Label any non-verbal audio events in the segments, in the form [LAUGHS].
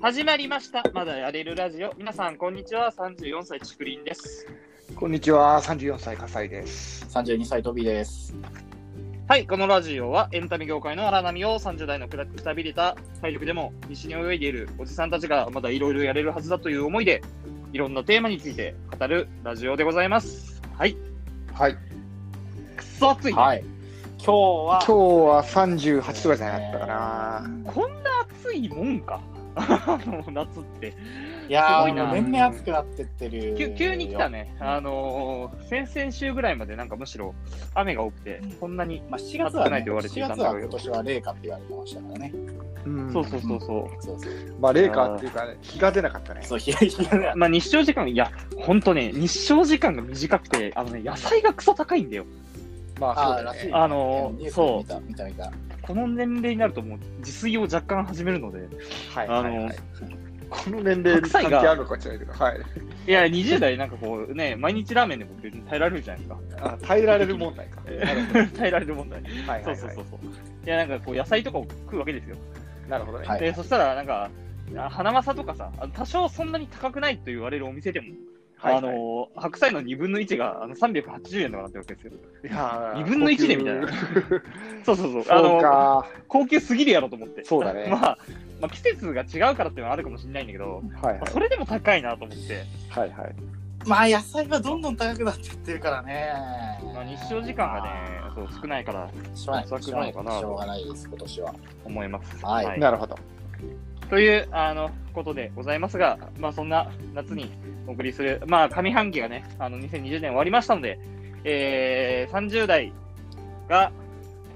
始まりました。まだやれるラジオ。皆さん、こんにちは。34歳、ちくりんです。こんにちは、三十四歳火災です。 32歳、トビーです。はい、このラジオはエンタメ業界の荒波を30代のくらくたびれた体力でも西に泳いでいるおじさんたちがまだいろいろやれるはずだという思いで、いろんなテーマについて語るラジオでございます。はい、はい、くそ暑い。はい。今日は今、日は三十八とかじゃなかったかな。こんな暑いもんか。 [LAUGHS] もう夏って。いやすごいー、なもう年々暑くなってってる。急急に来た。ね、あのー先々週ぐらいまでなんかむしろ雨が多くて、こんなに、まあ、7月は、暑くないね、と言われてい7たん月だはけど今年は冷夏って言われてましたからね。うんそうそうそう。そそうそう。まあ、冷夏っていうか、ね、日が出なかったね。そう、冷え冷えだう、まあ、日照時間、いや、ほんとね、日照時間が短くて、あのね、野菜がクソ高いんだよ、まあ、あそうらだしねいね。あのーニュースそう見た、見た、見た。この年齢になると、もう自炊を若干始めるので、はい、あはのい、はい。この年齢白に菜関が係あるのかもしれないけど、はい。いや、20代、なんかこうね、毎日ラーメンでも別に耐えられるじゃないですか。あ耐えられる問題か。なるほど [LAUGHS] 耐えられる問題。はい、はそうい、そうはそうそう。いや、なんかこう、野菜とかを食うわけですよ。い。なるほどね。はいでそしたら、なんか、あ花正とかさ、あの多少そんなに高くないと言われるお店でも、はいあのー白菜の2分の1があの380円とかなってるわけですよ。いやー二分の一でみたいなそうそうそう。あそうのーか。高級すぎるやろと思って。そうだね [LAUGHS] まあ、まあ、季節が違うからっていうのはあるかもしれないんだけど、はい、まあそれでも高いなと思って、はい、はい。まあ、野菜はどんどん高くなってってるからね。まあ、日照時間がね、そう少ないからしょうがない。少しょうながいかなないしょうがないです、今年は。思います。はいなるほど。というあのことでございますが、まあ、そんな夏にお送りする、まあ、上半期がね、あの2020年終わりましたので、えー、30代が、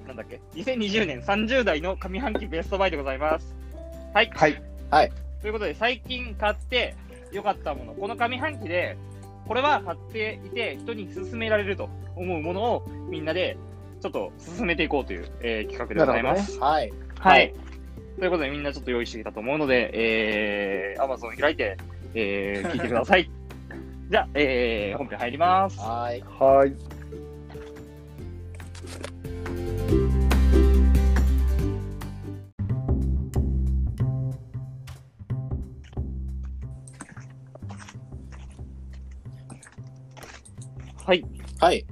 なんだっけ、2020年30代の上半期ベストバイでございます。はい。はい。ということで、最近買って良かったもの、この上半期で、これは買っていて、人に勧められると思うものをみんなでちょっと進めていこうという、えー企画でございます。はい。ははいい。ということで、みんなちょっと用意してきたと思うので、えー、Amazon 開いて、えー、聞いてください。じゃあ、えー、本編入ります。はい。はい。はい。はい。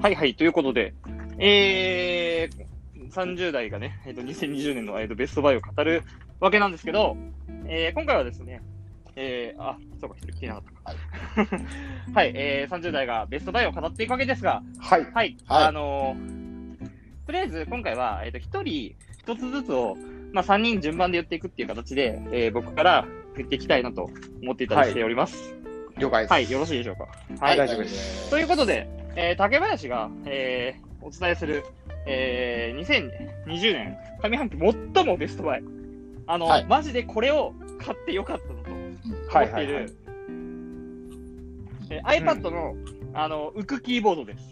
はいはい。ということで、えー、30代がね、えー、と2020年の、えー、とベストバイを語るわけなんですけど、えー、今回はですね、えー、あ、そうか、一人来てなかったか。はい、えー、30代がベストバイを語っていくわけですが、はい。はい、はいあのーとりあえず今回は、えっと1人1つずつを、まあ、3人順番で言っていくっていう形で、えー僕から言っていきたいなと思っていただいております。了解です。はい、よろしいでしょうか。はいはい、大丈夫ですということで、えー竹林が、えーお伝えする、えー2020年上半期最もベストバイ。あの、はいマジでこれを買ってよかったのと思はい、っはていい、はい。る、えー iPad の、あの、浮くキーボードです。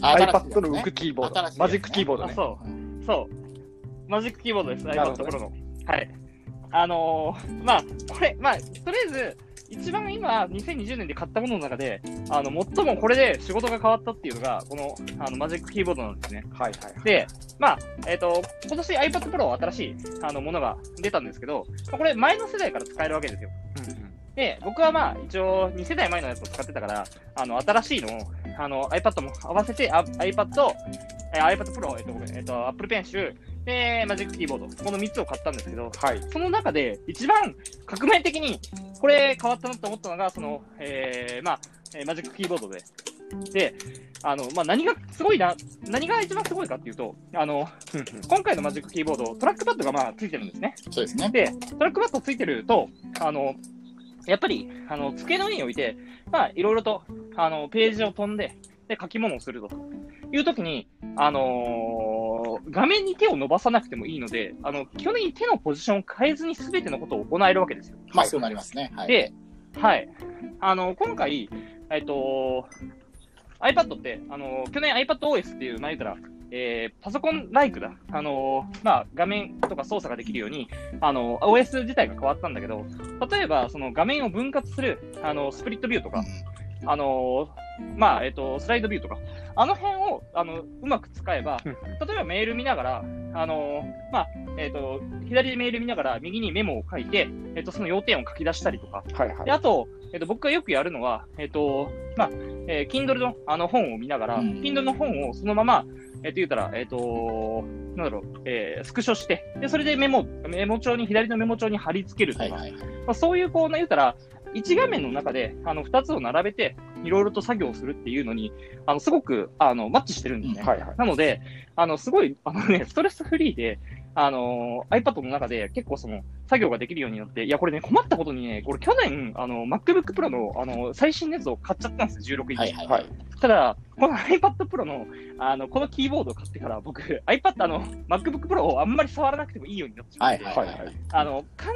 iPad の浮くキーボード、新しいやつねマジックキーボードあ、ね。そう。そう。マジックキーボードです、なるほ iPad ど Pro の。はい。あのーまあ、これ、まあ、とりあえず、一番今、2020年で買ったものの中で、あの、最もこれで仕事が変わったっていうのが、この、あの、マジックキーボードなんですね。はいはいはい。で、まあ、えっ、と、今年 iPad Pro 新しい、あの、ものが出たんですけど、まあこれ前の世代から使えるわけですよ。で、僕はまあ、一応、2世代前のやつを使ってたから、あの、新しいのを、あの、iPad も合わせて、あ iPad、えー iPad Pro、えっと、ごめん、えっと、Apple Pencil、で、Magic Keyboard、この3つを買ったんですけど、はい。その中で、一番革命的に、これ変わったなと思ったのが、その、えー、まあ、えーマジックキーボードで。で、あの、まあ、何がすごいな、何が一番すごいかっていうと、あの、今回のマジックキーボード、トラックパッドがまあ、ついてるんですね。そうですね。で、トラックパッドついてると、あの、やっぱり、あの、机の上に置いて、まあ、いろいろと、あの、ページを飛んで、で、書き物をするというときに、あのー画面に手を伸ばさなくてもいいので、あの、基本的に手のポジションを変えずに全てのことを行えるわけですよ。まあ、そうなりますね。はい。で、はい。あの、今回、えっと、iPad って、あの、去年 iPadOS っていう、まあ、言ったら、えーパソコンライクだ。あの、まあ、画面とか操作ができるように、あの、OS 自体が変わったんだけど、例えば、その画面を分割する、あの、スプリットビューとうかん、あの、まあ、えっと、スライドビューとか、あの辺を、あの、うまく使えば、例えばメール見ながら、あのーまあ、えっ、と、左メール見ながら右にメモを書いて、えっ、と、その要点を書き出したりとか、はいはで、い。あと、えっと、僕がよくやるのは、えっと、まあ、えー Kindle のあの本を見ながら、うん Kindle の本をそのまま、えっと、言うたら、えっと、なんだろう、えースクショして、で、それでメモ、メモ帳に、左のメモ帳に貼り付けるとか、はいはいはい。まあ、そういう、こう、な言うたら、1画面の中で、あの、2つを並べて、いろいろと作業するっていうのに、あの、すごく、あの、マッチしてるんですね。はいはい。なので、あの、すごい、あのね、ストレスフリーで、あの、iPad の中で結構その、作業ができるようになって、いや、これね、困ったことにね、これ去年、あの、MacBook Pro の、あの、最新のやつを買っちゃったんですよ、16インチ。はいはいはい。ただ、この iPad Pro の、あの、このキーボードを買ってから、僕、iPad、あの、MacBook Pro をあんまり触らなくてもいいようになっちゃはっいて、はいははいい。はい。あの、完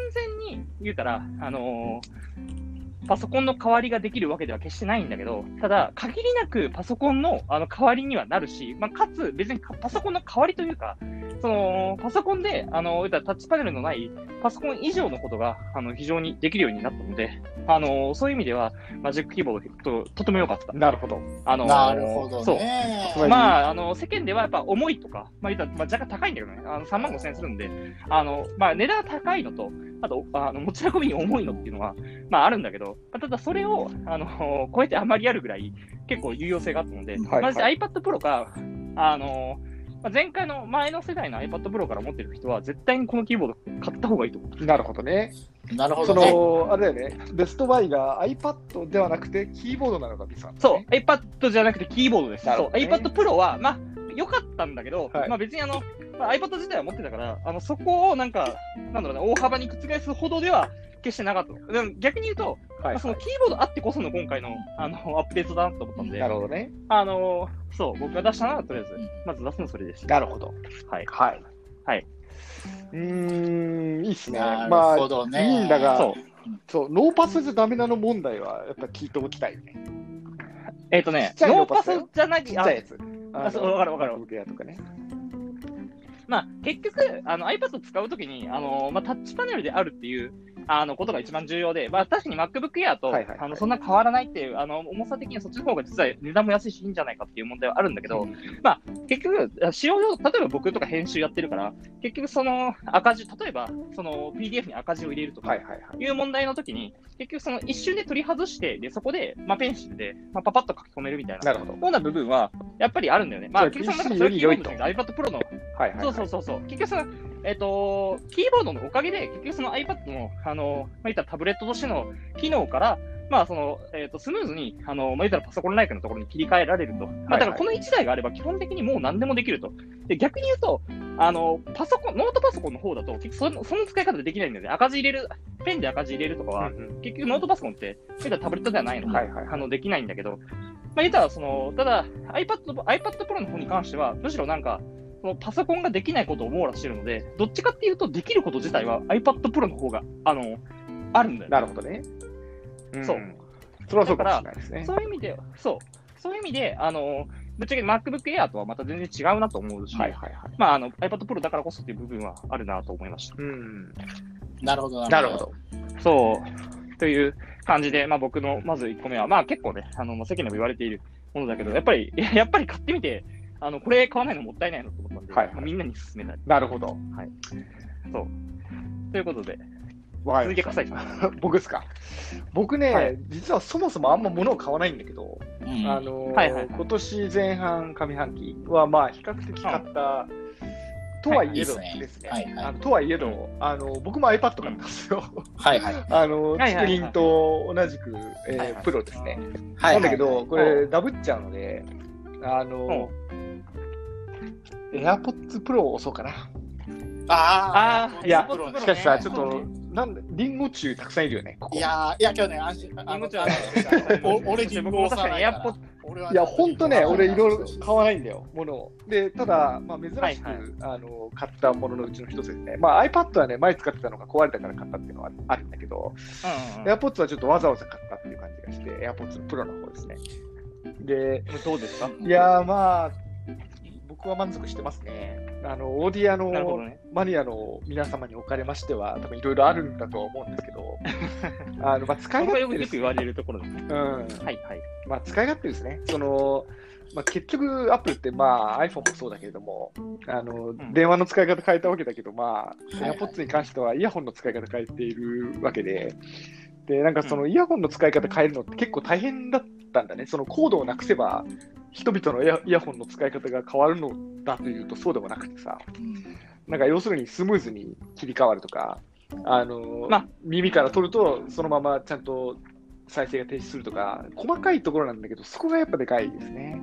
全に言うたら、あのーパソコンの代わりができるわけでは決してないんだけど、ただ、限りなくパソコンのあの代わりにはなるし、まあ、かつ、別にかパソコンの代わりというか、そのパソコンであの言うたらタッチパネルのないパソコン以上のことがあの非常にできるようになったので、あのーそういう意味では、マジックキーボードととても良かった。なるほど。あのーなるほどそうね。そうまあ、あの世間ではやっぱ重いとか、まあ言ったらまあ、若干高いんだけどね、あの3万5千円するんで、あのまあ、値段が高いのと、あとあの持ち運びに重いのっていうのは、まあ、あるんだけど、まあただそれをあの超えてあまりやるぐらい、結構有用性があったので、はいまず iPad Pro か、あのまあ前回の前の世代の iPad Pro から持ってる人は、絶対にこのキーボード買った方がいいと思う。なるほどね。なるほそどね。の、あれだよね。ベストバイが iPad ではなくてキーボードなのがミスなんだそうね、 iPad じゃなくてキーボードです。なるそうほ、どね iPad Pro は、まあ、良かったんだけど、はいまあ別にあの、まあ iPad 自体は持ってたから、あの、そこをなんか、なんだろうね、大幅に覆すほどでは決してなかった。でも逆に言うと、はまいあそのキーボードあってこその今回の、あの、アップデートだなと思ったんで、なるほどね。あの、そう、僕が出したのはとりあえずうん、まず出すのそれでした。なるほど。はい。はい。はい。うーん、いいっすね。なまるほあ、どね。いいんだがそう。そう、ノーパスじゃダメなの問題は、やっぱ聞いておきたいよね。えっ、とねちっ、ちゃいノーのパスじゃなちっきちゃゃいやつ。あそうわかるわかるブケアとかね。まあ、結局、あの iPad 使うときに、あのまあ、タッチパネルであるっていうあのことが一番重要で、まあ、確かに MacBook Air と、はいはいはいあのそんな変わらないっていうあの、重さ的にはそっちの方が実は値段も安いし、いいんじゃないかっていう問題はあるんだけど、まあ、結局、使用上、例えば僕とか編集やってるから、結局、その赤字、例えばその PDF に赤字を入れるとか、はいはいはい。いう問題の時に、結局その一瞬で取り外して、で、そこで、まあ、ペンシルで、まあ、パパッと書き込めるみたいな。なるほど。ような部分は、やっぱりあるんだよね。まあ、じゃ結あ局その PC それよりキーボ良ードいとなんだけど iPad Pro のはいはいはい。そうそうそうそう、結局その、えっ、と、キーボードのおかげで、結局その iPad の、あの、まあ、言ったらタブレットとしての機能から、まあ、その、えっ、と、スムーズに、あの、まあ、言ったらパソコンライクのところに切り替えられると。まあ、だからこの1台があれば、基本的にもう何でもできると。で、逆に言うと、あの、パソコン、ノートパソコンの方だと、結局その、その使い方でできないんだよね。赤字入れる、ペンで赤字入れるとかは、うんうん結局ノートパソコンって、そういったらタブレットではないので、はいはいはいあのできないんだけど、まあ、言ったらその、ただ iPad、iPad Pro の方に関しては、むしろなんか、そのパソコンができないことを網羅してるので、どっちかっていうと、できること自体は iPad Pro の方が、あの、あるんだよね。なるほどね。んそう。それはそうかもしれないですね。そういう意味で、そう、そういう意味で、あの、ぶっちゃけ MacBook Air とはまた全然違うなと思うし、はいはいはい。まあ、あの、iPad Pro だからこそっていう部分はあるなと思いました。うん。なるほど。なるほ。ど。そう。という感じで、まあ僕のまず1個目は、まあ結構ね、あの、まあ世間でも言われているものだけど、やっぱり、い [LAUGHS] ややっぱり買ってみて、あの、これ買わないのもったいないなと思ったんで、はいはいまあみんなに勧めたい。なるほど。ということで、わか続りけてくまだしさい。はた。僕ですか。僕ね、はい実はそもそもあんま物を買わないんだけど、うんあのーはいはいはい今年前半上半期はまあ比較的買った、とはいえどはいですね、はいはいあのとはいえど、あの僕も iPad 買ったんですよ。はいはい。はいあのはいはいはいスクリーンと同じく、えーはいはいプロですね。はい。なんだけど、これ、うダブっちゃうので、あの、AirPods Pro を押そうかな。あああーいやそうねしかしさ、ちょっそうとね、なんで、リンゴ中たくさんいるよね、ここ。いいや、やーいや、今日ね、安心。あのリンゴちゃんあのお俺、僕人も工確さかなにいから。 AirPod 俺はほんとね、俺、いろいろ買わい。ないんだよ、ものを。で、ただ、まあ、珍しく、はいはいあの買ったもののうちの一つですね。まあ、iPad はね、前使ってたのが壊れたから買ったっていうのはあるんだけど、うん、うん。 AirPods はちょっとわざわざ買ったっていう感じがして、AirPods のプロの方ですね。で、どうですかいやーまあ、僕僕は満足してますね。あの、オーディアなるほのどね。マニアの皆様におかれましては、多分いろいろあるんだとは思うんですけ [LAUGHS] ど、あの、まあ、こ使いれがよくよ勝手でくす。言われるところですね。うん。はいはい。まあ、使い勝手ですね。その、まあ、結局、アップルって、まあ、iPhone もそうだけれども、あの、ん電話の使い方変えたわけだけど、まあ、はいはい AirPods に関してはイヤホンの使い方変えているわけで、で、なんかそのイヤホンの使い方変えるのって結構大変だったんだね。そのコードをなくせば、人々のイヤイヤホンの使い方が変わるのだというと、そうでもなくてさ、なんか要するにスムーズに切り替わるとか、あのまあ耳から取ると、そのままちゃんと再生が停止するとか、細かいところなんだけど、そこがやっぱでかいですね。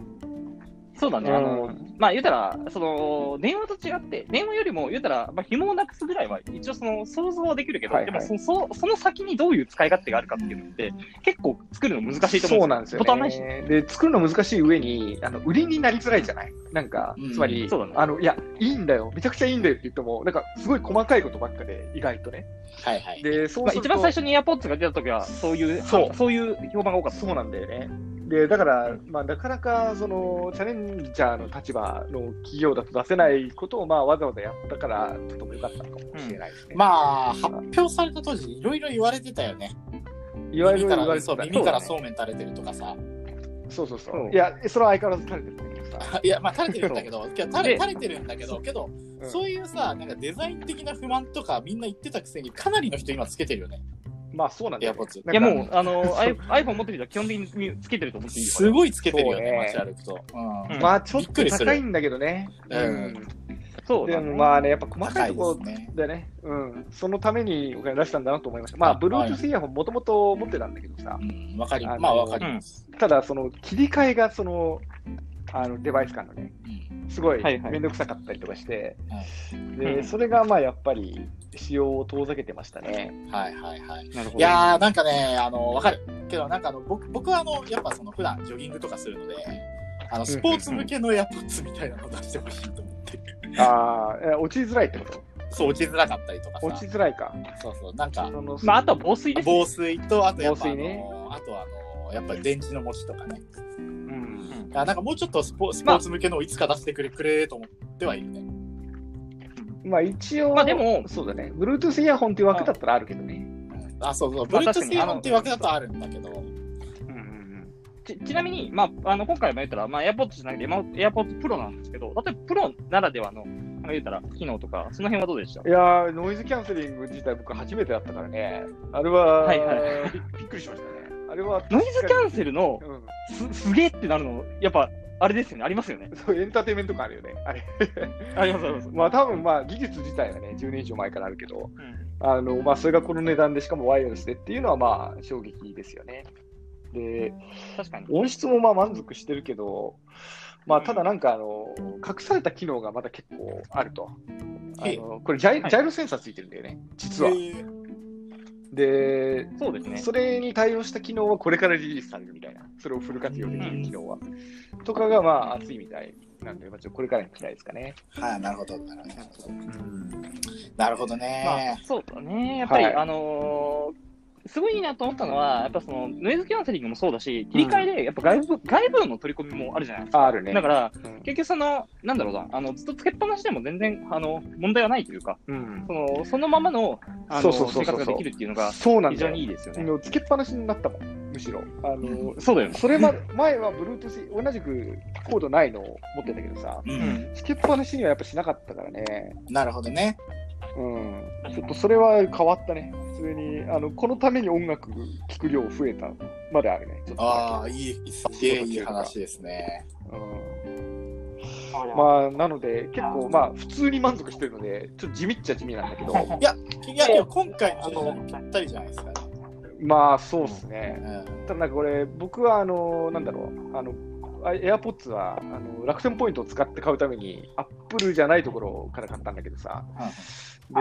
そうだね。あのう、まあ言うたら、その、電話と違って、電話よりも言うたら、まあ紐をなくすぐらいは一応その想像はできるけど、はいはいでもそのそその先にどういう使い勝手があるかっていうのって、結構作るの難しいと思そううでんなんですよボタンないしね。で、作るの難しい上に、あの売りになりづらいじゃないなんかうん、つまり、そうだねあの、いや、いいんだよ、めちゃくちゃいいんだよって言っても、なんかすごい細かいことばっかで、意外とね。はいはい。で、そうますあ、る一と番最初に AirPods が出た時は、そういう、そうそういう評判が多かった。そうなんだよね。で、だから、まあ、なかなか、その、チャレンジャーの立場の企業だと出せないことを、まあ、わざわざやったから、とても良かったのかもしれないですね。まあ、発表された当時、いろいろ言われてたよね。いわゆる耳か言わられてたそうね耳からそううめん垂れてるとかさ。そうそうそうそういや、それは相変わらず垂れてるんだけどさ。 [LAUGHS] いや、まあ、垂れてるんだけど、いや垂れで垂れてるんだけど、けど、うんそういうさ、なんかデザイン的な不満とか、みんな言ってたくせに、かなりの人今つけてるよね。まあ、そうなんだよ、ね。 AirPods いやなんもかう、あの、アイ iPhone 持ってる人は基本的につけてると思っていいよ。すごいつけてるよね、そうね街歩くと。うんうんまあ、ちょっびっくとりする高いんだけどね。うんそうでだも、ね。まあね、やっぱ細高かいいとでこすろね。でね、うん、そのためにお金出したんだなと思いました。まあ、あはい Bluetooth イヤホンもともと持ってたんだけどさ、うん、わかり、あのまあわかります。ただ、その切り替えがそのあのデバイス間のね、うんすごいはいはい面倒くさかったりとかして、はうでんそれがまあやっぱり使用を遠ざけてましたね。はいはいはい。なるほど。いやー、なんかね、あの、わかる。けど、なんかあの、僕、僕はあの、やっぱその、普段ジョギングとかするので、あの、スポーツ向けのエアポッツみたいなの出してほしいと思って。ああ、え落ちづらいってことそう、落ちづらかったりとかさ。落ちづらいか。そうそう、なんか、そのまあ、あとは防水ですね。 [LAUGHS] 防水と、あとやっぱ、防水ねあのあとはあの、やっぱり電池の持ちとかね。うんあなんかもうちょっとスポスポまあーツ向けのをいつか出してくれ、くれと思ってはいるね。まあ一応、まあでもそうだね、Bluetooth イヤホンっていう枠だったらあるけどね。あ、そうそう、まあ確か Bluetooth にイヤホンっていうわけだとあるんだけど、ちちなみに、まあ、あの今回も言ったら、まあ、AirPods じゃなくて、今 AirPods Pro なんですけど、例えばプロならではの、なんか言ったら、機能とか、その辺はどうでしたいやー、ノイズキャンセリング自体僕初めてだったからね。あれは、はいはびびっくりしましたね。あれは、ノイズキャンセルのうんすすげえってなるの、やっぱ、あれですよね、ありますよね。そうエンターテインメント感あるよね。あれ。 [LAUGHS] あります、あります。まあ多分まあ技術自体はね、10年以上前からあるけど、うんあのまあ、それがこの値段で、しかもワイヤレスでっていうのは、まあ、衝撃ですよね。で、確かに。音質もまあ満足してるけど、まあ、ただなんかあの、隠された機能がまだ結構あると。あへえのこれジャイ、はいジャイロセンサーついてるんだよね、実はへ。ーで、そうですね。それに対応した機能はこれからリリースされるみたいな、それをフル活用できる機能は。とかが、まあ、熱いみたいなんで、まあ、ちょっとこれからに期待ですかね。はい、なるほど。なるほど。なるほどまあね。、そうだね。やっぱり、はいあのーすごいいいなと思ったのは、やっぱその、ノイズキャンセリングもそうだし、切り替えで、やっぱ外部、外部の取り込みもあるじゃないですか。ああるね。だから、うん結局その、なんだろうな、あの、ずっとつけっぱなしでも全然、あの、問題はないというか、うんその、そのままの、あの、そうそうそうそう生活ができるっていうのが、そうなん非だ常よにいいですよあね。のつけっぱなしになったもん、むしろ。あのそうだよね。それま [LAUGHS] 前は Bluetooth、同じくコードないのを持ってたけどさ、う、うんん。つけっぱなしにはやっぱしなかったからね、なるほどね。うん、ちょっとそれは変わったね、普通に、あのこのために音楽聴く量増えたまであるね、ちょっとああ、いい、すげえいい話ですね。うんまあまあ、なので、結構、まあ、普通に満足してるので、ちょっと地味っちゃ地味なんだけど、 [LAUGHS] いや、けど今回のあの、ぴったりじゃないですかね。まあ、そうっすね。うん [LAUGHS] ただ、なんかこれ、僕は、あの、なんだろう、あの、あ AirPods はあの楽天ポイントを使って買うために、Apple じゃないところから買ったんだけどさ、は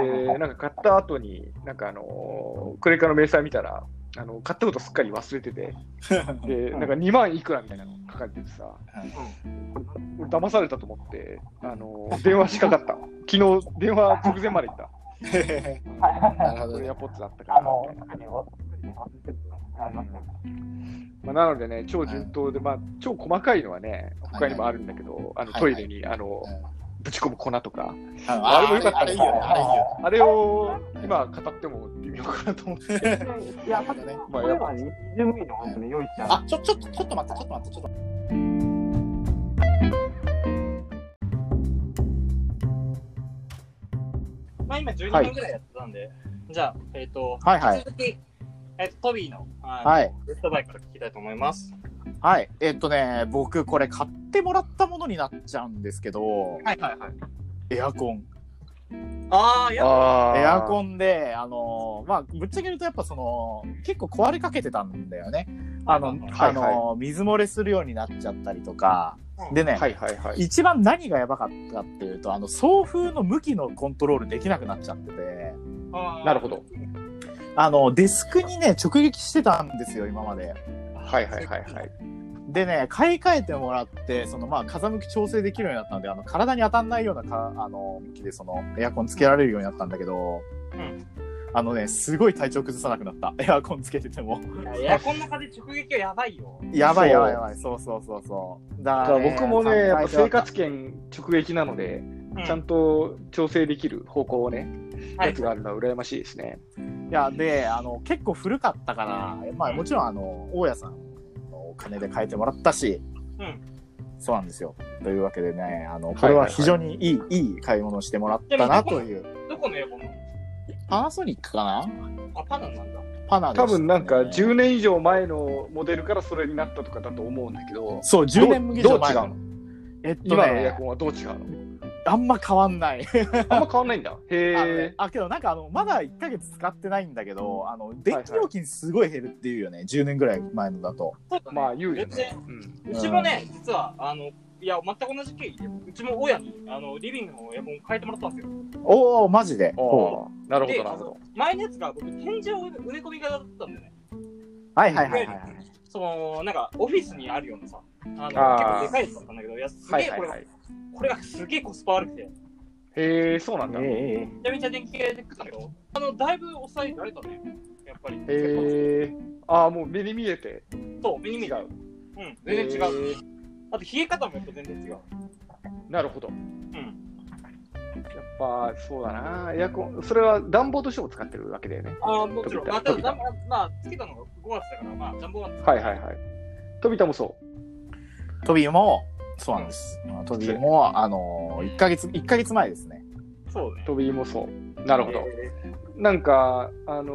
いはいはで、なんか買った後に、なんかあのークレカの明細見たら、あの買ったことすっかり忘れてて、で、なんか2万いくらみたいなの書かれててさ、俺騙されたと思って、あのー電話しかかった。昨日、電話直前まで行った。なるほこどれね。 AirPods だったから。ありますねまあ、なのでね、超順当で、まあ、超細かいのはね、他にもあるんだけど、あのはいトはいイレにあのぶち込む粉とか、ああれも良かったあれいいよね、あれいいよあれを今語っても微妙かなと思って、いや、さっきね。 [LAUGHS] まあ、こやれっぱはね、事務員の本当に用意してああ、ちょ、ちょっと、ちょっと待って、ちょっと待って、ちょっと待る。まあ今12分ぐらいやってたんで、じゃあ、えっと、はいはい引き続き、えっと、トビーの、って。はい。はい。ベストバイから聞きたいと思います。はい。えっとね、僕、これ買ってもらったものになっちゃうんですけど、はいはいはい。エアコン。ああ、いや、はあエアコン、ンで、あのーまあ、ぶっちゃけ言うと、やっぱその、結構壊れかけてたんだよね。あの、はいはいはいあのー水漏れするようになっちゃったりとか。うんでね、はいはいはい。一番何がやばかったっていうと、あの、送風の向きのコントロールできなくなっちゃってて、なるほど。あの、デスクにね、直撃してたんですよ、今まで。はいはいはいはい。でね、買い替えてもらって、そのまあ風向き調整できるようになったので、あの体に当たんないようなかあの向きでそのエアコンつけられるようになったんだけど、うんあのね、すごい体調崩さなくなった。 [LAUGHS] エアコンつけてても。いやエアコンの風直撃はやばいよ。やばいそうやばいやばい。そうそうそうそう。だだかかららね僕もね、やっぱ生。考活圏直撃なので、うちゃんと調整できる方向をね、はやいつ。があるのは羨ましいですね。えたらいや、で、あの、結構古かったから、まあもちろんあの、大家さんのお金で買えてもらったし、うんそうなんですよ。というわけでね、あいはいはの、いこれは非常にいい、いい買い物をしてもらったなという。どこのエアコンなのパナソニックかなあ、パナなんだ。パナでした多ね分なんか10年以上前のモデルからそれになったとかだと思うんだけど、そう、10年どう以上どう違前うのえっと今のエアねコ、ンはどう違うのあんま変わんない。あんま変わんないんだ。あのねへえ。あ、けどなんかあの、まだ1ヶ月使ってないんだけど、あの、電気料金すごい減るっていうよね、10年ぐらい前のだと。そうだね。まあ言うよ全然ね。うんうちもね、実は、あの、いや、全く同じ経緯で、うちも親に、あの、リビングのエアコン変えてもらったんですよ。おおマジで。あほあ、なるほでどなるほど。前のやつが僕、天井を埋め込み型だったんでね、うはいはいはいはい。その、なんか、オフィスにあるようなさ、あの、あー結構でかいやつだったんだけど、いや、すはげえいはこいれ、はい。これがすげえコスパ悪くて、めへえ、そうなんだ。へええちゃめちゃ電気系で食ったんだけど、あの、だいぶ抑えられたね、やっぱり。え。ああ、もう目に見えてそう、目に見違えた。う。うん、全然違う。へえ。あと、冷え方もやっぱ全然違う。なるほど。うん。やっぱそうだな。エアコン、それは暖房としても使ってるわけだよね。ああ、もちろん。まあ、た飛だ、びただまあまあ、つけたのが5月だから、まあ、ジャンボはつけたはいはいはい。飛びたもそトビーも、そうなんです。トビーも、あの、1ヶ月、一ヶ月前ですね。そうねう。。飛びもそう。なるほど。えなんか、あの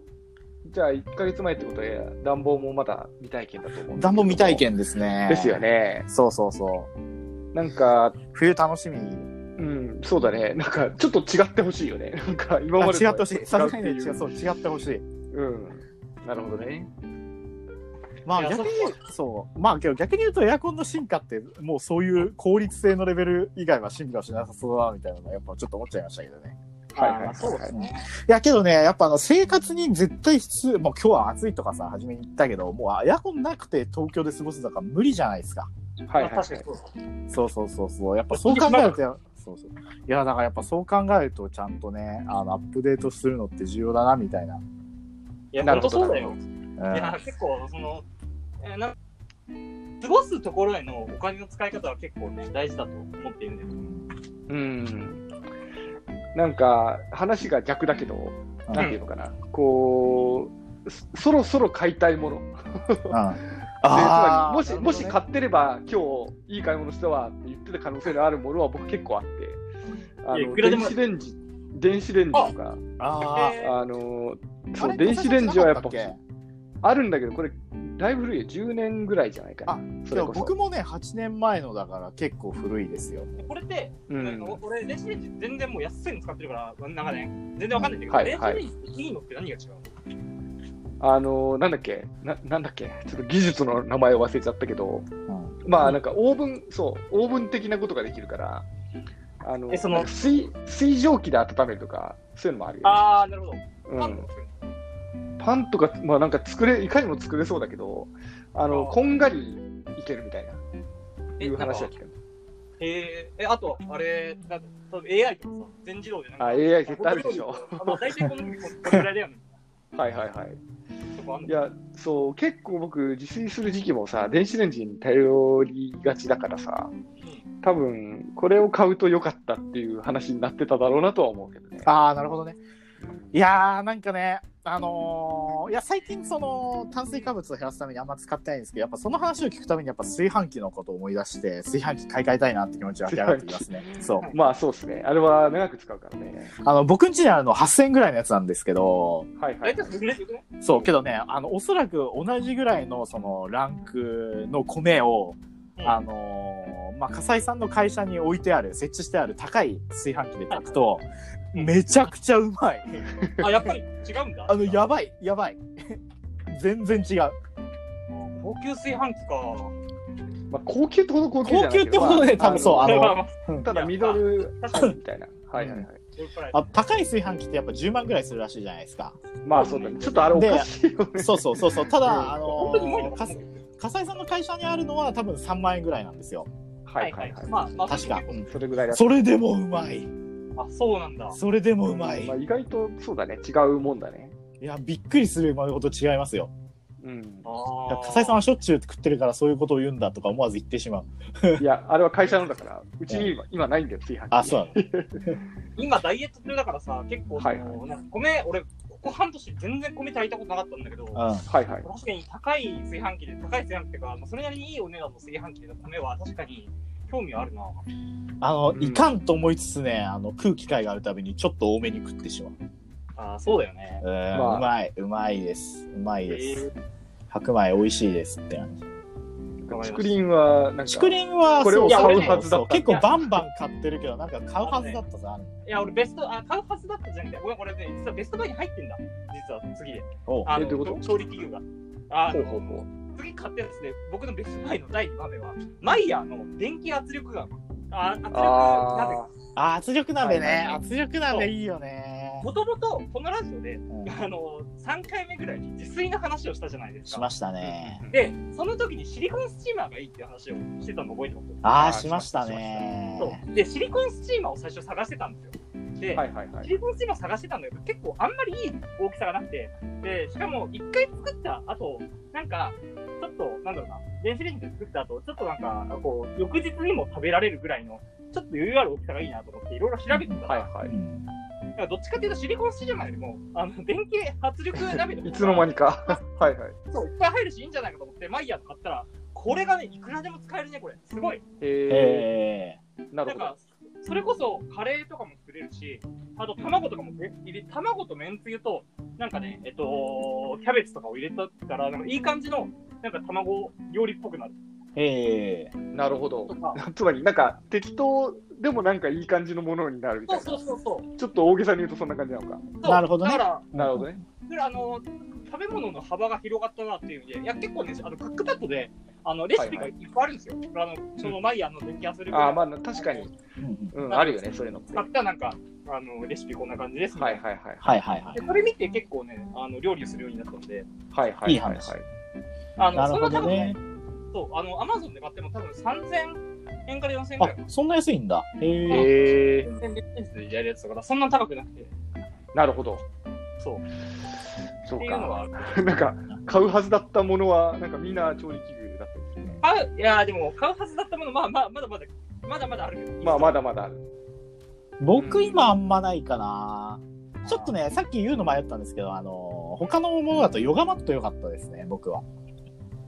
ーじゃあ1ヶ月前ってことで暖房もまだ未体験だと思うんですけど暖房未体。験ですね。ですよ。ね。そうそうそう。なんか、冬楽しみ。うん、そうだね。なんか、ちょっと違ってほしいよね。なんか、今まあで違ってとはほしい。使さうっすてがいにね、違うう、そう、違ってほしい。うん。なるほどね。まあいや逆に言うそうまあけど逆に言うとエアコンの進化ってもうそういう効率性のレベル以外は進化しなさそうだなみたいなのはやっぱちょっと思っちゃいましたけどねーはいはいはいまあそうですね。いやけどねやっぱあの生活に絶対必要もう今日は暑いとかさ初めに言ったけどもうエアコンなくて東京で過ごすとか無理じゃないですかはいはい、まあはい確かにそうですそうそうそうそうや [LAUGHS] っぱそう考えるとやそうそういやだからやっぱそう考えるとちゃんとねあのアップデートするのって重要だなみたいな、いや、な本るほ当どそうだよ。うんいや、結構、その、えーなん過ごすところへのお金の使い方は結構ね、大事だと思っているんで。うん。なんか、話が逆だけど、うんなんていうのかな。こう、そそろそろ買いたいもの。うんあでつまりもーし、なるほもどねし買ってれば、今日いい買い物したわって言ってた可能性のあるものは僕結構あって、あいやいのくらで電も子レンジ、電子レンジとか、あーえあのあそうれ電子レンジはやっぱ小さくなかたっけあるんだけど、これ、だいぶ古いよ、10年ぐらいじゃないかなあ、そでれもこそ。僕もね8年前のだから結構古いですよーこれって、うなんんか、俺、電子レンジ全然もう安いの使ってるから、長年、全然わかんないんだけど、は電いは子いレンジっていいのって何が違うのあのなんだっけな、なんだっけ、ちょっと技術の名前を忘れちゃったけど、まあなんかオーブン、そう、オーブン的なことができるから、あのえそのなんか水水蒸気で温めるとか、そういうのもあるよ、ねあー、なるほど。うんパンとか作るパンとか、まあなんか作れ、いかにも作れそうだけど、あのあーこんがりいけるみたいな、いえう話なはんか聞く。えーえ、あと、あれ、なんか、多分 AI とかさ、全自動でなんか。あ、AI 絶対あるでしょ。あの大体この時これぐらいだよね。はいはいはい。とこあんのいや、そう、結構僕、自炊する時期もさ、電子レンジに頼りがちだからさ、多分これを買うと良かったっていう話になってただろうなとは思うけどね。ああ、なるほどね。いやー、なんかね、あのーいや、最近、その、炭水化物を減らすためにあんま使ってないんですけど、やっぱその話を聞くために、やっぱ炊飯器のことを思い出して、炊飯器買い替えたいなって気持ちが湧き上がってきま [LAUGHS] すね。そう。まあそうですね。あれは長く使うからね。あの、僕ん家にあるの8000円ぐらいのやつなんですけど、はいは大い。体それぐらいよくないそう、けどね、あの、おそらく同じぐらいの、その、ランクの米を、うんあのーまあ、笠井さんの会社に置いてある、設置してある高い炊飯器で炊くと、うんめちゃくちゃうまい。あ、やっぱり違うんだ。あの、やばい、やばい。 [LAUGHS] 全然違う。高級炊飯器か。まあ、高級ってほど高級じゃな高い級けっどてことで、まあ多分そう、[LAUGHS] あまの、まただミドルまあサイズみたいな。はいはいはい。ああ高い炊飯器ってやっぱ10万ぐらいするらしいじゃないですか。まあそうだね。ちょっとあれおかしいよね。そうそうそうそう。たうんだ、あの本当にうまいのか笠井さんの会社にあるのは多分3万円ぐらいなんですよ。はいはいはい。まあ、まあ、確か。うんそれぐらいだったそれでもうまい。あ、そうなんだ。それでもうまいまあ、。意外とそうだね。違うもんだね。いや、びっくりするうまいこと違いますよ。うん。あだからー笠井さんはしょっちゅう食ってるからそういうことを言うんだとか思わず言ってしまう。いや、あれは会社のだから、うちに今今ないんだよ、炊飯器。あ、そうなの。今ダイエット中だからさ、結構その、はいはなんか米、俺、ここ半年全然米炊いたことなかったんだけど、うん。はいはい。確かに高い炊飯器で、高い炊飯器っていうか、まあ、それなりにいいお値段の炊飯器での米は確かに興味はあるな。あのう、んいかんと思いつつね、あの、食う機会があるたびにちょっと多めに食ってしまう。あーそうだよね。うんあうまい、うまいです。うまいです。え白米美味しいですって感じ。わかりました竹林は、なんか、竹林はこれをそう買うはずだった結構バンバン買ってるけどなんか買うはずだったさあるーいや、俺ベスト、あ、買うはずだったじゃんけど、ごめん、これね、実はベストバイに入ってんだ。実は次で。おうあえどういうことの、調理器具が。あほうのほうほう。次買ったやつで、僕のベストバイの第2番目は、マイヤーの電気圧力ガン。あ、圧力鍋あが。あ圧力鍋ね、はいはいはい圧力鍋いいよねもともと、このラジオで、うんあの、3回目ぐらいに自炊の話をしたじゃないですしかま。したねうんで、その時にシリコンスチーマーがいいっていう話をしてたの覚えてますああーあしましたねそうで、シリコンスチーマーを最初探してたんですよ。で、はいはいはいシ。リコンスチーマー探してたんだけど、結構あんまりいい大きさがなくて、で、しかも一回作った後、なんか、ちょっと、なんだろうな、電子レンジで作った後、ちょっとなんか、こう、翌日にも食べられるぐらいの、ちょっと余裕ある大きさがいいなと思って、いろいろ調べてたら、はいはうんだからどっちかっていうとシリコンスチーマーよりも、あの、電気圧力鍋の方 [LAUGHS] がい。いつの間にか。はいはい。そう、いっぱい入るし、いいんじゃないかと思って、マイヤーと買ったら、これがね、いくらでも使えるね、これ。すごい。へえー。ななるんほどか。、それこそカレーとかも作れるし、あと卵とかもね入れ、卵とめんつゆと、なんかね、えっと、キャベツとかを入れたから、なんかいい感じの、なんか卵料理っぽくなるー、えー、なるほどと。か。つまり、なんか、適当でもなんかいい感じのものになるみたそいうな。そうそうそう。ちょっと大げさに言うとそんな感じなのか。そうなるほどねだから、なるほどね。であの、食べ物の幅が広がったなっていう意味で、いや、結構ね、あの、クックパッドで、あの、レシピがいっぱいあるんですよ。あの、そのマイヤーの電気圧力ああ、まあ、確かに。。うんうんうん、あるよね、そういうのって。使はったなんか、あの、レシピこんな感じですみたいはいいな。はい。はいはいはいでそれ見て結構ね、あの、料理をするようになったので、はいはいはいい話はい。あの、なるほその多ど分ねねそう、あの、アマゾンで買っても多分3000円から4000円ぐあらい。そんな安いんだへえへえ全然レンジでやるやつだから、そんな高くなくて。ー。なるほど。そう。っそうていうのはか。ある。 [LAUGHS] なんか、買うはずだったものは、なんかみんな調理器具だったんですね。買う、いやーでも、買うはずだったもの、まあまあ、まだまだ、まだまだあるけど。まあ、まだまだある。僕今あんまないかなちょっとねさっき言うの迷ったんですけどあの他のものだとヨガマット良かったですね僕は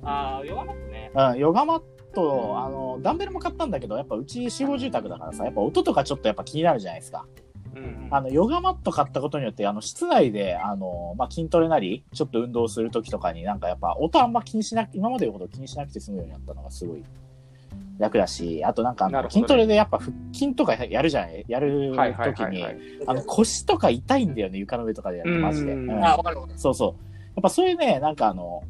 ああ、弱まったね。うん、ヨガマット、あの、ダンベルも買ったんだけど、やっぱうち集合住宅だからさ、やっぱ音とかちょっとやっぱ気になるじゃないですか。うん。あの、ヨガマット買ったことによって、あの、室内で、あの、まあ、筋トレなり、ちょっと運動するときとかになんかやっぱ音あんま気にしなく、今までのこと気にしなくて済むようになったのがすごい楽だし、あとなんかあのなるほどね筋トレでやっぱ腹筋とかやるじゃないやるはいはいときはいには、い。あの、腰とか痛いんだよね、床の上とかでやるとマジで。うんうんあーわかるわかる。そうそう。やっぱそういうね、なんかあの、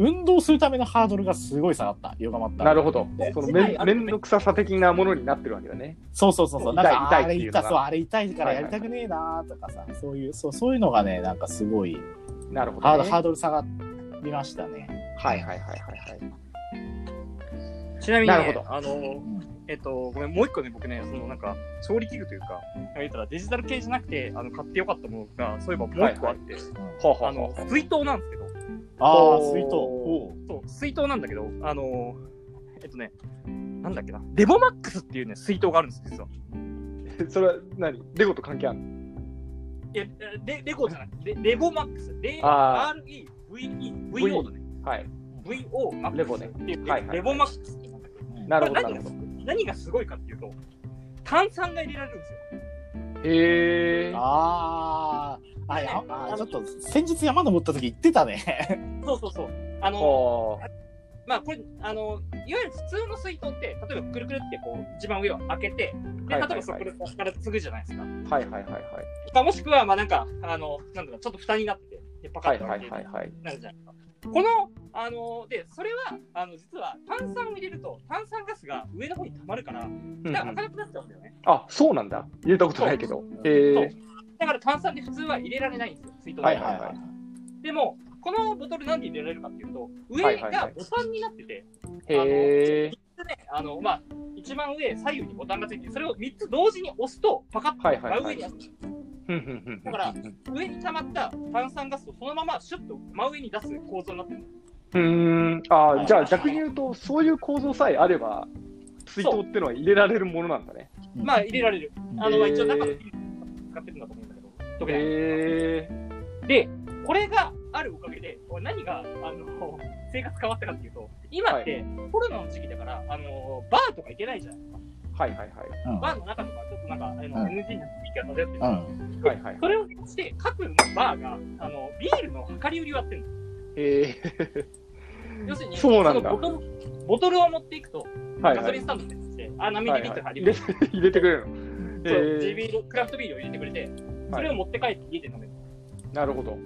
運動するためのハードルがすごい下がった、ヨガマット。なるほど。そのめ一ん枚めんどくささ的なものになってるわけだね。そうそうそうそう。痛ないんか、痛いあってれいうの痛がそう、あれ痛いからやりたくねえなーとかさ、そういう、そう、そういうのがね、なんかすごい、なるほハーど、ド、ね。ハードル下がりましたね。はいはいはいはいはい。ちなみに、なね、るほどあの、えっと、ごめん、もう一個ね、僕ね、そのなんか、調理器具というか、言ったらデジタル系じゃなくて、あの、買ってよかったものが、そういえばもう一個あって、ほうほうあほの、水筒なんですけど、ああ、おー水筒。おーそう、水筒なんだけど、あのーえっとね、なんだっけな、レボマックスっていうね、水筒があるんです、実は。それは何レゴと関係あるのいや、レレゴじゃない、レレボマックス。レあ REVEVO だね。はい。 VO マックスレボねっていうはいはいレボマックスってなんだけど、なるほど、こなれ何るがほど。何がすごいかっていうと、炭酸が入れられるんですよ。へえ。ああ、あ、や、あー、ちょっと、先日山登った時言ってたね。そうそうそう。あのはまあこれあのいわゆる普通の水筒って例えばくるくるってこう一番上を開けてではい例はえいはいばそこから継ぐじゃないですか、いはいはいはい。まあ、もしくはまあなんかあのなんだろうちょっと蓋になっててでパカはッいとは開けいてはいはい。なるじゃないですかこのあのでそれはあの実は炭酸を入れると炭酸ガスが上の方に溜まるからうんうだからん開かなくなっちゃうんだよね、あ、そうなんだ。入れたことないけど。へそうえ。だから炭酸って普通は入れられないんですよ水筒にはいはいはいでもこのボトル何で入れられるかっていうとは上いはいはがいボタンになってて、へえ。でね、あの、まあ、一番上、左右にボタンがついて、それを3つ同時に押すと、パカッとはいはいはい真上に上がる、ふんふんふんふんだから上に溜まった炭酸ガスをそのままシュッと真上に出す構造になってる。うーん。あーじゃあ逆に言うと、そういう構造さえあれば、水筒ってのは入れられるものなんだね。まあ、入れられる。あの、へーまあ一応中の切り使ってるんだと思うんだけど、特に。へで、これがあるおかげで、俺何が、あの、生活変わったかっていうと、今ってコロナの時期だから、あの、バーとか行けないじゃん。ーはいはいはい。バーの中とか、ちょっとなんか、あの、NG んな雰囲気が漂ってる。うん。はいはいはい。それを利用して、各バーが、あの、ビールの量り売りをやってるのへ要するに、そうなんだのボトルボトルを持っていくと、ーはいガはソリンい。スタンドでして、あ、波はでビいーはト入い入れれて、て入れてくれるの。そうへ G ビール、クラフトビールを入れてくれて、それを持って帰って家で飲める。ーなるほど。っ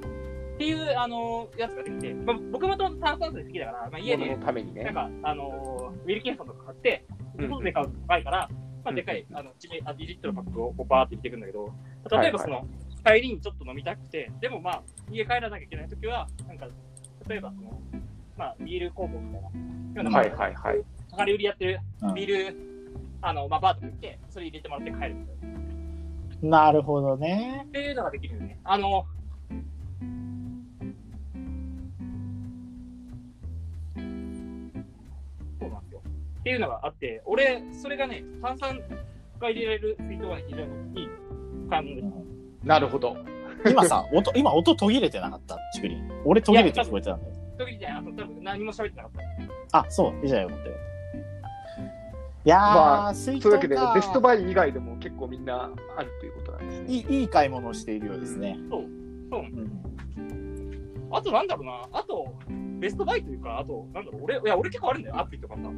ていう、あのーやつができて、まあ、僕もともと炭酸水好きだから、まあ、家物での、ためになんね。か、あのーウィルキンソンとか買って、うん外で買うと高いから、まあ、でかい、あの、1あ2リットルのパックをこうバーって入れてくんだけど、例えばその、帰りにちょっと飲みたくて、でもまあ、家帰らなきゃいけないときは、なんか、例えばその、まあ、ビール工房みたいな、ようなはいはいはい。量り売りやってるうんビール、あの、まあ、バーとか行って、それ入れてもらって帰るみたいな。っなるほどね。ていうのができるよね。あの、そうなんですよ。っていうのがあって、俺、それがね、炭酸が入れられる水筒が入れられるいい感じ。なるほど。[LAUGHS] 今さ、音、今音途切れてなかった、ちくりん。俺途切れて聞こえてたんだよ。時じゃあの、多分何も喋ってなかった。あ、そう、いいじゃんよかったよ。いやー、ま水筒というわけで、かベストバイ以外でも結構みんなあるということなんですね。いいいい買い物をしているようですね。そう。そう。あと、なんだろうな。あと、ベストバイというか、あと、なんだろう。俺、いや、俺結構あるんだよ。アプリとかさ。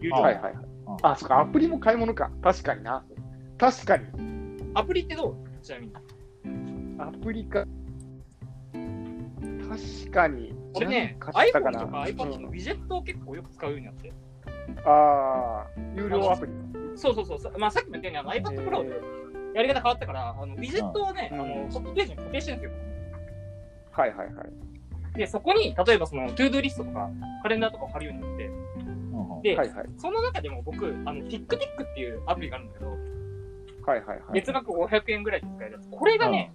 有料あはいはいはいうん。あ、そっか、アプリも買い物か。確かにな。確かに。アプリってどうちなみに。アプリか。確かに。俺ね、買ったか iPhone なとか iPad うのウんィジェットを結構よく使うようになって。ああ、有料アプリ。そうそうそうさ。まあ、さっきも言ったように、あの iPad Pro でやり方変わったから、あのウィジェットをね、うんあのホットページに固定してるんですよ。はいはいはい。で、そこに、例えばその、トゥードゥリストとか、カレンダーとかを貼るようになって、うんで、はいはい。その中でも僕、あの、TickTick っていうアプリがあるんだけど、はいはいはい。月額500円ぐらいで使えるやつ。これがね、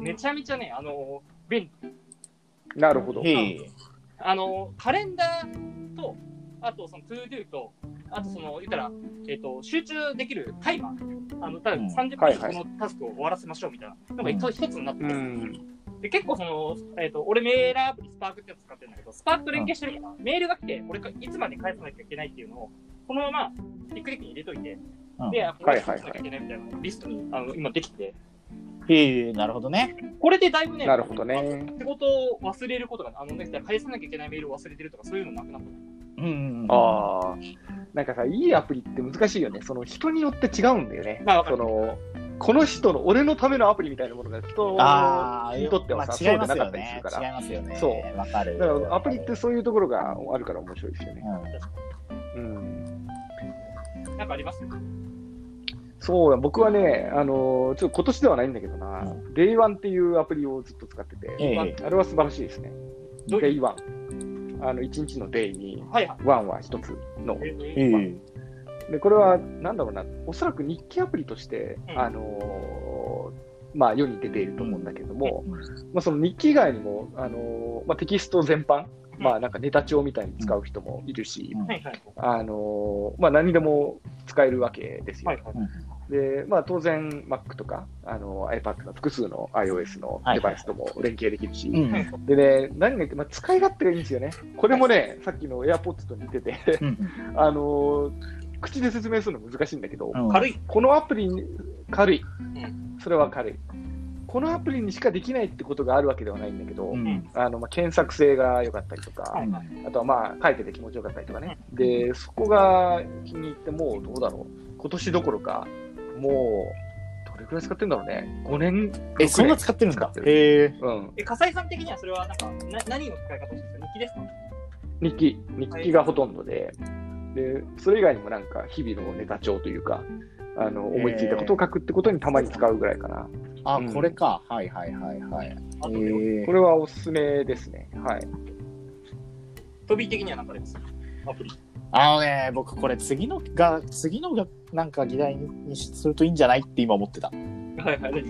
めちゃめちゃね、あの、便利。なるほど。へえ。あの、カレンダーと、あとそのトゥードゥと、あとその、言ったら、えっ、と、集中できるタイマー。あの、ただうん30は分いではいこのタスクを終わらせましょうみたいなのが一つ一つになってうて、ん。で、結構その、えっ、と、俺メールアプリスパークってやつ使ってるんだけど、スパークと連携してるから、メールが来て、俺がいつまで返さなきゃいけないっていうのを、このまま、クリックに入れといて、うんで、あこはれい返さはいはなきゃいいけないみたいなリストに、あの、今できて、へえ、なるほどね。これでだいぶね、なるほどね。仕事を忘れることが、あのね、返さなきゃいけないメールを忘れてるとか、そういうのなくなった。うん。ああ。なんかさ、いいアプリって難しいよね。その人によって違うんだよね。まあわかそるのこの人の俺のためのアプリみたいなものが人あーにとってはさ、まあそう違でいまなすかよったりすねる。か違いら。ますよね。そわかる。だからアプリってそういうところがあるから面白いですよね。うんうん。なんかありますそうだ、僕はね、あのーちょっと今年ではないんだけどな、う Day1 っていうアプリをずっと使ってて、ええあれは素晴らしいですね。どういう Day1。あの、1日の Day に、はいはい。 1は1つのえーええ。でこれはなんだろうな、おそらく日記アプリとして、うんあのーまあ、世に出ていると思うんだけども、うんまあ、その日記以外にも、あのまあ、テキスト全般、まあ、なんかネタ帳みたいに使う人もいるし、うんはいはい。あのまあ、何でも使えるわけですよ。はいはい。でまあ、当然、Mac とかあの iPad とか複数の iOS のデバイスとも連携できるし、うんはいでね、何が言って、まあ、使い勝手がいいんですよね。これもね、さっきの AirPods と似てて、 [LAUGHS] うんあのー口で説明するの難しいんだけど、うん軽い。このアプリに、軽いん。それは軽い。このアプリにしかできないってことがあるわけではないんだけど、うんあのまあ、検索性が良かったりとか、はいあとはまあ書いてて気持ちよかったりとかね、でそこが気に入って、もうどうだろう、今年どころか、もうどれくらい使ってんだろうね、5年、え、そんな6年使ってるんだ使。ってるへえ。うん、え、笠井さん的にはそれはなんか、な何の使い方をしてるんですか日記ですか日記、日記がほとんどで、でそれ以外にもなんか日々のネタ帳というか、あの思いついたことを書くってことにたまに使うぐらいかな。あう、んこれか。はいはいはいはい。へあと、えこ。れはおすすめですね。はい。飛び的には何かありますアプリ。あのね、僕これ次のが、次のがなんか議題にするといいんじゃないって今思ってた。はいはい。何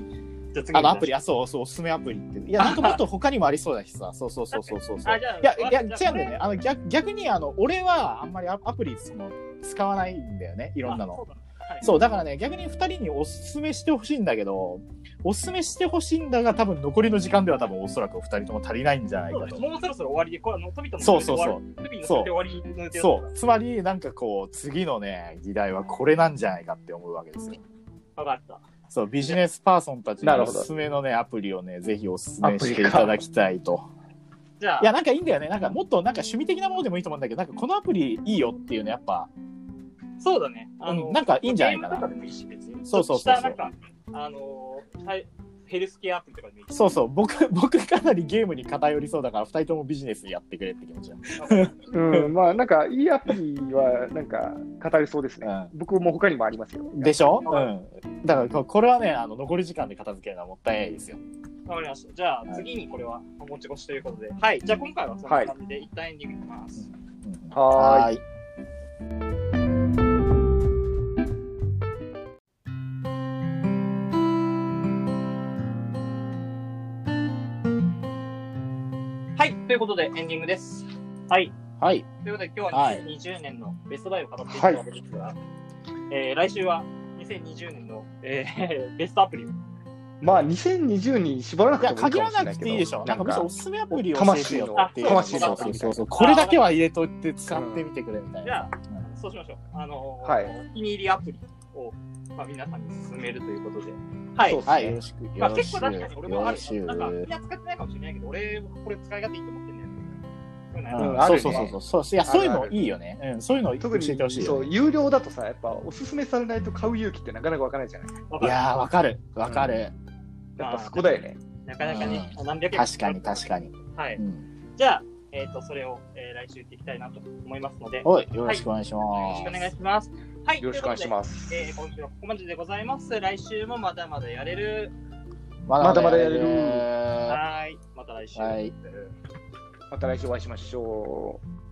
じゃあ次あのアプリ、あ、そうそう、おすすめアプリって。いや、なんかもっと他にもありそうだしさ。そうそうそうそうそうそう。あ、いじゃあ、や、いや、違うんじゃだよね。あの逆逆に、あの、俺はあんまりアアプリその使わないんだよね、いいろんなの。。そうそう、だからね、逆に2人におすすめしてほしいんだけど、おすすめしてほしいんだが、多分残りの時間では多分おそらくお二人とも足りないんじゃなだいそうかだねと。もうそろそろ終わりで、これあの飛びとのそうそうそうう。飛びのそれで終わりの予定だそう、つまり、なんかこう、次のね、議題はこれなんじゃないかって思うわけですよ。分かった。そう、ビジネスパーソンたちなにるおほどすすめのね、アプリをね、ぜひおすすめしていただきたいと。じゃあ、いや、なんかいいんだよね。なんかもっとなんか趣味的なものでもいいと思うんだけど、なんかこのアプリいいよっていうね、やっぱ、そうだね。あうの、んなんかいいんじゃないかなゲームとでもいいし、別に。そうそうそうちょそうっとしたなんか、あのーはい、ヘルスケアアプリとかでもいいし。そうそう、僕、 [LAUGHS] 僕かなりゲームに偏りそうだから、二人ともビジネスやってくれって気持ちだ。うん、まあなんかいいアプリはなんか語りそうですね。う僕も他にもありますよ。でしょうん。だからこ、これはね、あの、残り時間で片付けるのはもったいないですよ。わかりました。じゃあ、次にこれはお持ち越しということで。はい。じゃあ、今回はそんな感じで、一旦エンディングいきます。はーい。はい。ということで、エンディングです。はい。はい。ということで、今日ははい2020年のベストバイを語っていくわけですが、えー来週は2020年の、えー [LAUGHS] ベストアプリを。まあ2020に縛らなくいや、てもいい限かもしれらなないくけど。ていいでしょ。なんか、むしろおすすめアプリを教えて魂よのっていう。魂のそうそうそう。これだけは入れといて使ってみてくれみたいじな。ゃあ、そうしましょう。あのーはいお気に入りアプリを、まあ、皆さんに勧めるということで。はい。そうっすはい、よろしく。よまあ、ろ結し構ゅう確かに俺もあよるろしゅうな。なんか、みんな使ってないかもしれないけど、俺、これ使い勝手いいと思ってんだよね。こういうのやんるあそるねうそうそうそうそういやそういうのいいよねうんそういうの教特えてほしいによそう有料だとさ、やっぱおすすめされないと買う勇気ってなかなかわからないじゃない。わかいるやーわかるわかる、やっぱそこだよね。なかなかね、何百円確かに確かに、。はいうん、じゃあ、えっ、と、それを、えー来週やっていきたいなと思いますので、よおいよろしくお願いしろましす、くお願いします。はい。よろしくお願いしす。ます。えー今週はここまででございます。来週もまだまだやれる。まだまだやれるまだまだはーい。また来週。はいまた来週お会いしましょう。